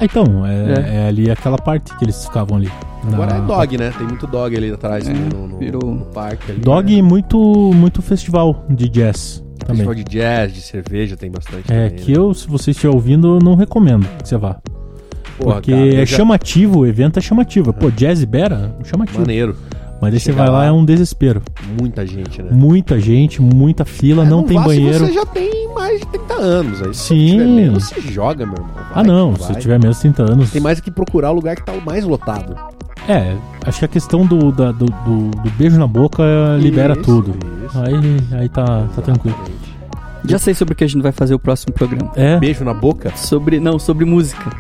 Ah, então, é, É. é ali aquela parte que eles ficavam ali. na- Agora é dog, né? Tem muito dog ali atrás, É, né? no, no- virou- no parque ali. Dog né? e muito, muito festival de jazz também. Festival de jazz, de cerveja tem bastante. É, também, que né? eu, se você estiver ouvindo, não recomendo que você vá. Porra, porque cara, eu é já- chamativo, o evento é chamativo. Pô, jazz e beira, é chamativo. Maneiro. Mas aí você Chega vai lá, lá. é um desespero. Muita gente, né? Muita gente, muita fila, É, não, tem vá se banheiro. Você já tem mais de 30 anos. Aí se Sim. tiver menos, se joga, meu irmão. Vai Ah, não, que se vai. tiver menos de 30 anos. Tem mais que procurar o lugar que tá o mais lotado. É, acho que a questão do, da- do, do- do beijo na boca eh, libera Isso, tudo. isso. Aí, aí tá, tá tranquilo. Exatamente. Já sei sobre o que a gente vai fazer o próximo programa. É, Beijo na boca. Sobre. Não, sobre música.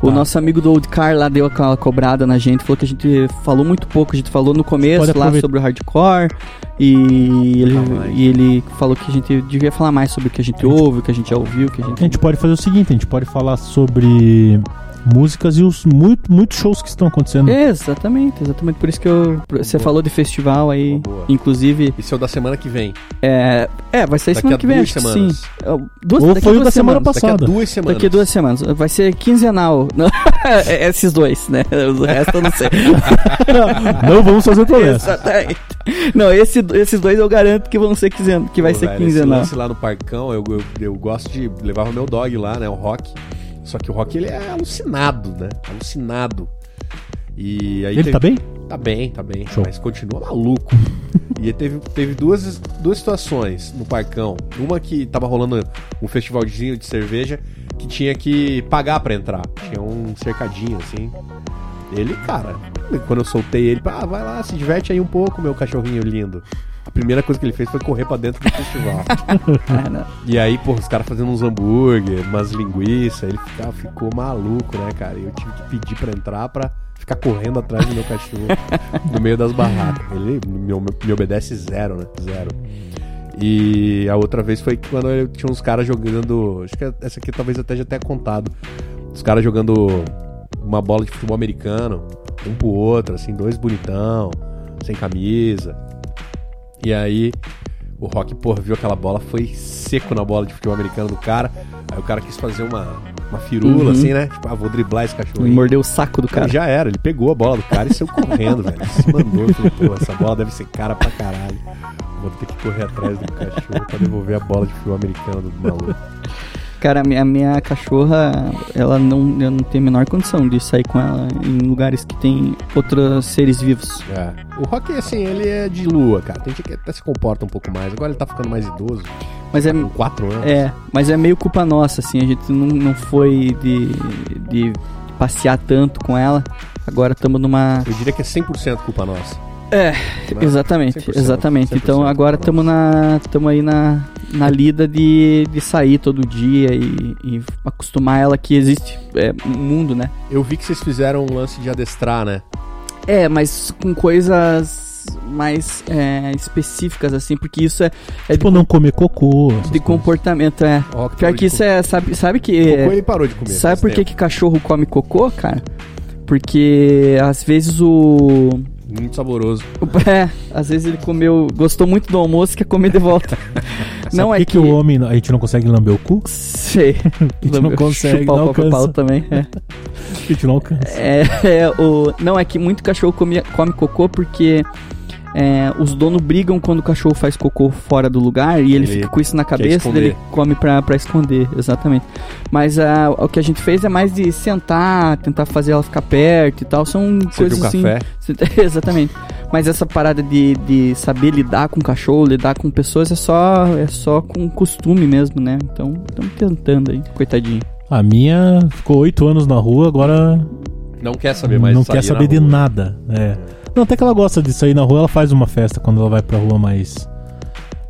O Tá. nosso amigo do Old Car lá deu aquela cobrada na gente, falou que a gente falou muito pouco, a gente falou no começo Pode lá aproveitar. sobre o hardcore e ele, Nunca mais. e ele falou que a gente devia falar mais sobre o que a gente ouve, o que a gente já ouviu, o que a a gente gente. pode fazer o seguinte, a gente pode falar sobre músicas e os muito, muitos shows que estão acontecendo. É. Exatamente, exatamente. Por isso que eu. Você Boa. falou de festival aí. Uma boa. Inclusive, Esse é o da semana que vem. é. É, vai ser Daqui semana a que vem, duas acho que sim. semanas. É, Duas, Ou daqui a foi o duas da semana semanas. Daqui a Passada. duas semanas. Daqui a duas semanas. Vai ser quinzenal. Não, Esses dois, né? O resto eu não sei. Ah, não vamos fazer promessa. Exatamente. Não, esse- esses dois eu garanto que vão ser quinzen, que vai Pô, ser velho, quinzenal. Esse lance lá no Parcão, eu, eu, eu gosto de levar o meu dog lá, né? O Rock. Só que o Rock, ele é alucinado, né? Alucinado. E aí Ele tá bem? Tá bem, tá bem. Show. Mas continua maluco. e aí teve, teve duas, duas situações no Parcão. Uma que tava rolando um festivalzinho de cerveja que tinha que pagar pra entrar. Tinha um cercadinho, assim. Ele, cara, quando eu soltei ele, ah, vai lá, se diverte aí um pouco, meu cachorrinho lindo. A primeira coisa que ele fez foi correr pra dentro do festival. Ah, não. E aí, pô, os caras fazendo uns hambúrguer, umas linguiças, ele ficava, ficou maluco, né, cara? E eu tive que pedir pra entrar pra ficar correndo atrás do meu cachorro no meio das barracas. Ele me, me obedece zero, né? Zero. E a outra vez foi quando eu tinha uns caras jogando. Acho que essa aqui talvez até já tenha contado. Os caras jogando uma bola de futebol americano, um pro outro, assim, dois bonitão, sem camisa. E aí o Rock, porra, viu aquela bola, foi seco na bola de futebol americano do cara. Aí o cara quis fazer uma, uma firula, Uhum. assim, né? Tipo, ah, vou driblar esse cachorrinho. Mordeu o saco do cara. Ele já era, ele pegou a bola do cara e saiu correndo, velho. Ele Se mandou, eu falei, pô, essa bola deve ser cara pra caralho. Vou ter que correr atrás do cachorro pra devolver a bola de futebol americano do maluco. Cara, a minha, a minha cachorra, ela não, eu não tenho a menor condição de sair com ela em lugares que tem outros seres vivos. É. O Rock, assim, ele é de lua, cara. Tem gente que até se comporta um pouco mais. Agora ele tá ficando mais idoso, Mas é, com 4 anos. É, mas é meio culpa nossa, assim, a gente não, não foi de, de passear tanto com ela. Agora estamos numa. Eu diria que é 100% culpa nossa. É, né? Exatamente, 100%, exatamente. 100% Então tá agora culpa estamos na. Tamo aí na, na lida de, de sair todo dia e, e acostumar ela que existe é, um mundo, né? Eu vi que vocês fizeram um lance de adestrar, né? É, mas com coisas. mais, mais é, específicas, assim, porque isso é, é Tipo, de, não comer cocô. essas de coisas. comportamento, é. Ó, que Pior parou que de isso é, sabe, sabe comer. que... Cocô ele parou de comer. Sabe faz por que, tempo. que cachorro come cocô, cara? Porque às vezes o. Muito saboroso. o- É, às vezes ele comeu. Gostou muito do almoço e quer comer de volta. Sabe não por é que, que o homem. não- A gente não consegue lamber o cu? Sei. A gente não consegue, Chupar não o próprio pau alcança. também. é. A gente não alcança. É, é, o... Não, é que muito cachorro come, come cocô porque. é, os donos brigam quando o cachorro faz cocô fora do lugar e ele, Ele fica com isso na cabeça, esconder. daí ele come pra, pra esconder, exatamente. Mas ah, o que a gente fez é mais de sentar, tentar fazer ela ficar perto e tal. São Serviu coisas um assim. café. Você- Exatamente. Mas essa parada de, de saber lidar com cachorro, lidar com pessoas, é só, é só com costume mesmo, né? Então, estamos tentando aí, coitadinho. A minha ficou oito anos na rua, agora Não quer saber mais não sair quer na saber de rua. nada. É. Não, até que ela gosta de sair na rua, ela faz uma festa quando ela vai pra rua, mas.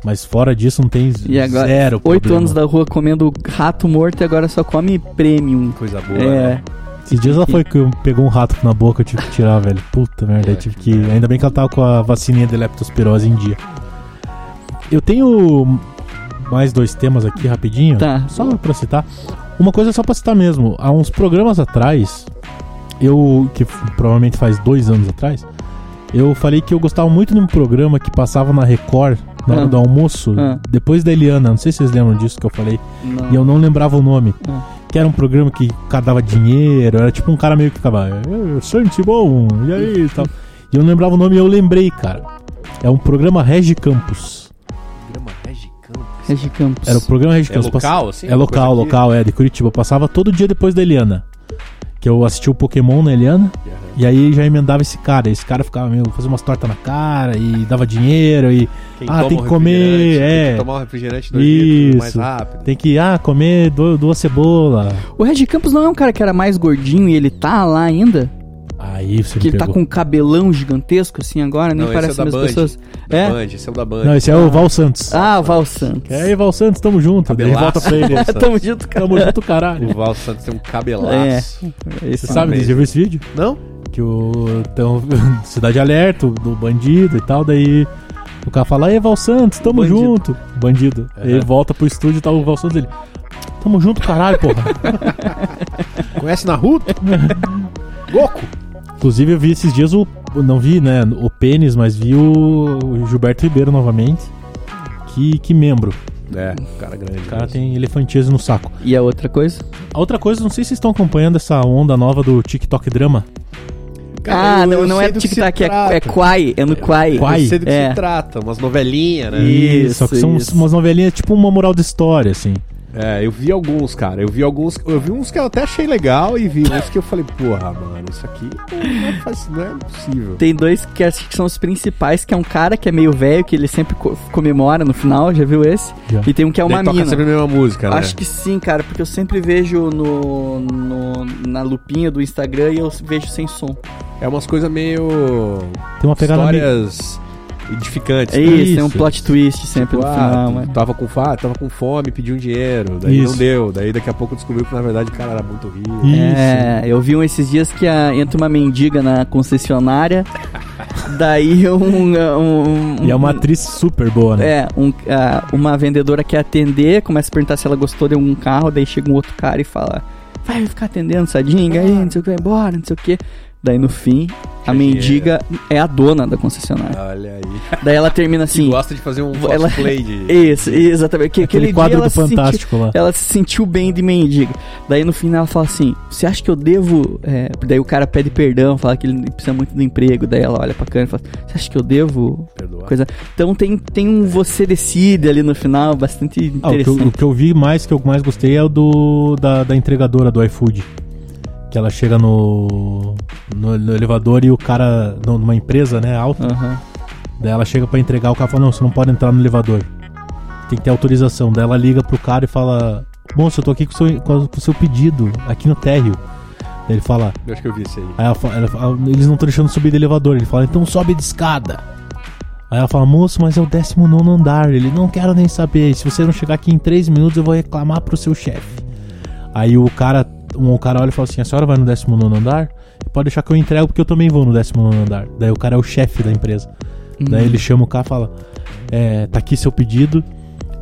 Mas fora disso não tem E agora, zero oito problema. anos da rua comendo rato morto e agora só come premium. Coisa boa. É, né? Esses dias ela foi que eu- pegou um rato na boca, eu tive que tirar, velho. Puta merda, É. eu tive que. Ainda bem que ela tava com a vacininha de leptospirose em dia. Eu tenho mais dois temas aqui rapidinho. tá. Só pra citar. Uma coisa só pra citar mesmo. Há uns programas atrás, eu. que f- provavelmente faz dois anos atrás, eu falei que eu gostava muito de um programa que passava na Record. Na hora Ah. do almoço, Ah. depois da Eliana, não sei se vocês lembram disso que eu falei, Não. e eu não lembrava o nome. Ah. Que era um programa que cadava dinheiro, era tipo um cara meio que ficava. "Eh, Sente bom, e aí e tal. E eu não lembrava o nome e eu lembrei, cara. É um programa Regi Campos. Programa Regi Campos. Regi Campos. Era o programa Regi É Campos. Passa- local, assim? é local, local, é, de Curitiba. Passava todo dia depois da Eliana. Que eu assisti o Pokémon na Eliana. E aí já emendava esse cara. Esse cara ficava meio. fazia umas tortas na cara e dava dinheiro e. Ah, tem que comer, é. Tem que tomar um refrigerante dois Isso. litros mais rápido. Tem que, ah, comer du- duas cebolas. O Regi Campos não é um cara que era mais gordinho e ele tá lá ainda? Aí você Que me ele tá pegou. com um cabelão gigantesco assim agora, Não, nem esse parece é da mais Band. pessoas. Da é? Band, esse é o da Band. Não, esse é o Val Santos. Ah, Val Santos. E aí, Val Santos, tamo junto. Daí Cabelaço. volta pra ele. Val Santos. Tamo junto, cara. é É tamo junto, caralho. O Val Santos tem um É. cabelaço. Esse Você sabe, mesmo. já viu esse vídeo? Não? Que o. Então, Cidade Alerta, o do bandido e tal, daí. O cara fala, aí Val Santos, tamo Bandido. junto. Bandido. É. Ele volta pro estúdio e tá o Val Santos ele. Tamo junto, caralho, porra. Conhece Naruto? Goku? Inclusive eu vi esses dias o. Não vi, né? O pênis, mas vi o, o Gilberto Ribeiro novamente. Que, que membro. É, um cara grande. O cara mesmo. tem elefantismo no saco. E a outra coisa? A outra coisa, não sei se vocês estão acompanhando essa onda nova do TikTok drama. Cara, ah, eu- não, eu não sei é do que se tic-tac, é, trata. é quai, é no quai. Quai. Eu sei do que É. se trata, umas novelinhas, né? Isso, Só que são isso. umas novelinhas tipo uma moral de história, assim. É, eu vi alguns, cara. Eu vi alguns. Eu vi uns que eu até achei legal e vi uns que eu falei, porra, mano, isso aqui não, faz, não é possível. Tem dois que acho que são os principais, que é um cara que é meio velho, que ele sempre co- comemora no final, já viu esse? Já. E tem um que é uma Daí toca mina. sempre a mesma música, né? é. Acho que sim, cara, porque eu sempre vejo no, no- na lupinha do Instagram e eu vejo sem som. É umas coisas meio. Tem uma pegada meio- histórias edificantes. É né? isso, tem um isso. plot twist sempre Tipo, no ah, final, né? tu mano. tava com fa tava com fome, pediu um dinheiro, daí não Isso. deu, daí daqui a pouco descobriu que na verdade o cara era muito rico. Isso. É, eu vi um esses dias que a- entra uma mendiga na concessionária, daí um, um, um- E é uma atriz super boa, né? É, um- ah, uma vendedora quer atender, começa a perguntar se ela gostou de algum carro, daí chega um outro cara e fala: Vai ficar atendendo essa dinga aí, não sei o que, vai embora, não sei o que. Daí no fim, Cheguei. a mendiga é a dona da concessionária. Olha aí. Daí ela termina assim. Gosta de fazer um Ela- cosplay de. Isso, exatamente. Aquele Que, aquele dia quadro ela do se sentiu- Fantástico lá. ela se sentiu bem de mendiga. Daí no final ela fala assim: Você acha que eu devo. é, Daí o cara pede perdão, fala que ele precisa muito do emprego. Daí ela olha pra câmera e fala: Você acha que eu devo Perdoar. coisa. Então tem, tem um você decide ali no final, bastante Ah, o, que eu, o interessante. que eu vi mais, que eu mais gostei é o do da, da entregadora do iFood. Que ela chega no, no, no elevador e o cara, no- numa empresa, né, alta, Aham. daí ela chega pra entregar, o cara fala, não, você não pode entrar no elevador. Tem que ter autorização. Daí ela liga pro cara e fala, moço, eu tô aqui com o seu, com o seu pedido, aqui no térreo. Daí ele fala, Eu acho que eu vi isso aí. Aí ela fala- ela fala- eles não estão deixando subir de elevador. Ele fala, então sobe de escada. Aí ela fala, moço, mas é o 19 andar. Ele, não quero nem saber. Se você não chegar aqui em 3 minutos, eu vou reclamar pro seu chefe. Aí o cara, um, o cara olha e fala assim, a senhora vai no 19 andar? Pode deixar que eu entrego, porque eu também vou no 19 andar. Daí o cara é o chefe da empresa. Uhum. Daí ele chama o cara e fala: é, tá aqui seu pedido.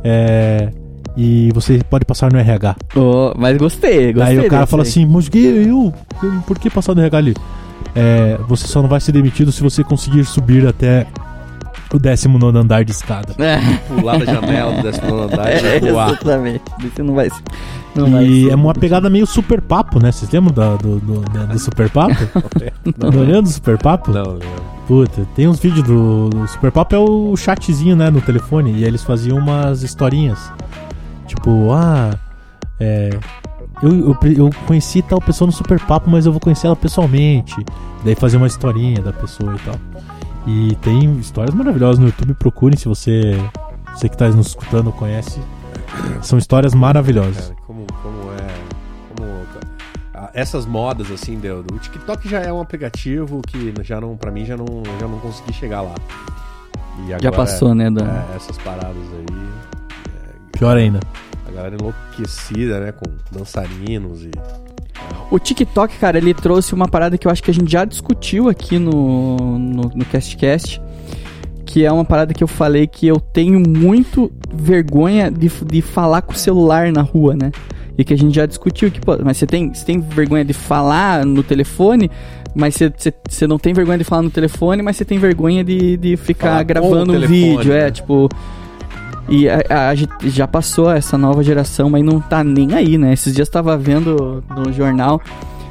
é, e você pode passar no RH. Ô, mas gostei, gostei. Daí o cara desse fala aí. assim, mas que eu, eu- por que passar no RH ali? É, você só não vai ser demitido se você conseguir subir até o 19 andar de escada. Pular da janela do décimo nono andar É, e Tá, voar. exatamente. Isso não vai ser. Não vai e ser. é uma pegada meio super papo, né? Vocês lembram da- do, do, da- do super papo? Não, lembram do super papo? Não, não. Puta, tem uns vídeos do, do super papo, é o chatzinho, né, no telefone. E aí eles faziam umas historinhas. Tipo, ah, é, eu, eu, pre- eu conheci tal pessoa no super papo, mas eu vou conhecer ela pessoalmente. Daí fazer uma historinha da pessoa e tal. E tem histórias maravilhosas no YouTube, procurem se você, você que tá nos escutando conhece. São histórias maravilhosas. Cara, como, como é. Como. ah, Essas modas, assim, Deus. O TikTok já é um aplicativo que já não, pra mim, já não, já não consegui chegar lá. E Já agora, passou, né, Dan? é, essas paradas aí. Pior ainda. A galera enlouquecida, né? Com dançarinos e. O TikTok, cara, ele trouxe uma parada que eu acho que a gente já discutiu aqui no, no, no CastCast, que é uma parada que eu falei que eu tenho muito vergonha de, f- de falar com o celular na rua, né? E que a gente já discutiu que, pô, mas você tem, você tem vergonha de falar no telefone, mas você, você, você não tem vergonha de falar no telefone, mas você tem vergonha de, de ficar Falar com gravando o um telefone, vídeo, é, né? tipo... E a, a- a gente já passou essa nova geração, mas não tá nem aí, né? Esses dias tava vendo no jornal,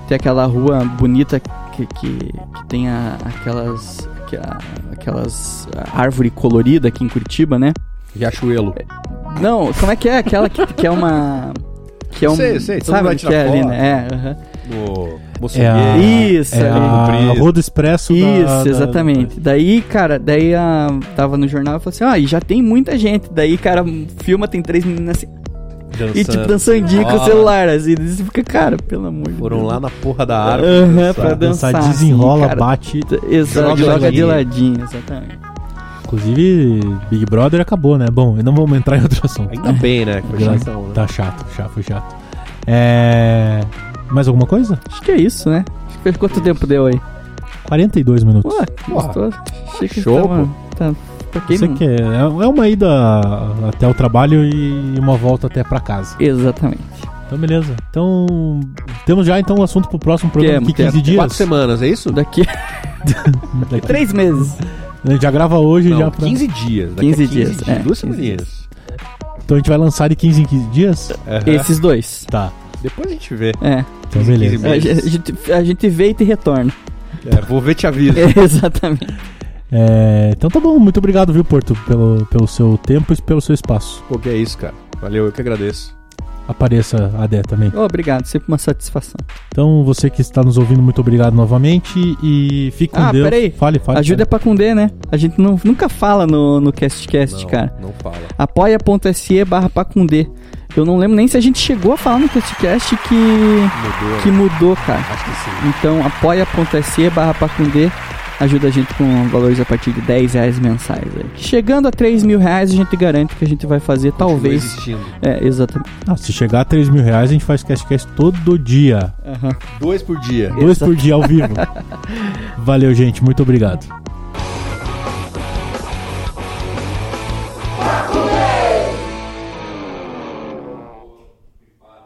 tem aquela rua bonita que, que, que tem a- aquelas, que a- aquelas árvore colorida aqui em Curitiba, né? Riachuelo. Não, como é que é? Aquela que, que é uma... Que é um, Sei, sei, todo mundo sabe vai o que é tirar ali, foto. né? É, aham. É No a, Moçambique. Isso, é ali. a Roda Expresso da- um Isso, da- exatamente. Daí, cara, daí a, tava no jornal e falou assim, ó, e já tem muita gente. Daí, cara, filma, tem três meninas assim, e tipo dançandinho com o Ó, celular, assim. daí Você fica, cara, pelo amor de Ah, Foram Deus. lá na porra da árvore. Aham, dançar. pra dançar. assim, desenrola, cara. bate. Exato, Joga joga de de ladinho, exatamente. Inclusive, Big Brother acabou, né? Bom, não vamos entrar em outro assunto. Ainda bem, né? que foi Gra- chatão, né? Tá chato, chato, foi chato. É. Mais alguma coisa? Acho que é isso, né? Acho que- Quanto tempo deu aí? 42 minutos. Pô, gostoso. Achei que show, tava- Tá, pra quem Você não- que é, é uma ida até o trabalho e uma volta até pra casa. Exatamente. Então, beleza. Então, temos já então o assunto pro próximo programa Temos, daqui 15 temos. dias. Quatro semanas, é isso? Daqui Daqui- três meses. A gente já grava hoje Não, já pra... 15 dias. daqui a 15 dias, é, Duas 15 semaninhas. Então a gente vai lançar de 15 em 15 dias? Aham. Esses dois. Tá. Depois a gente vê. É. Então, 15 beleza. A, meses. ge- a gente, a gente vê e te retorna. É, vou ver te aviso. Exatamente. É, então tá bom, muito obrigado, viu, Porto, pelo, pelo seu tempo e pelo seu espaço. Pô, que é isso, cara. Valeu, eu que agradeço. Apareça a Dé também. Ô, obrigado, sempre uma satisfação. Então, você que está nos ouvindo, muito obrigado novamente e fique com Ah, Deus. peraí. Fale, fale. Ajuda é pra Cundê, né? A gente não, nunca fala no, no CastCast, não, cara. não fala. apoia.se barra Pacundê. Eu não lembro nem se a gente chegou a falar no CastCast que, Mudou. que né? mudou, cara. Acho que sim. Então apoia.se barra Pacundê ajuda a gente com valores a partir de 10 reais mensais. aí. Chegando a 3 mil reais, a gente garante que a gente vai fazer, Continua talvez. existindo. É, exatamente. Ah, se chegar a 3 mil reais, a gente faz cast todo dia. Aham. Dois por dia. Dois por dia ao vivo. Valeu, gente. Muito obrigado.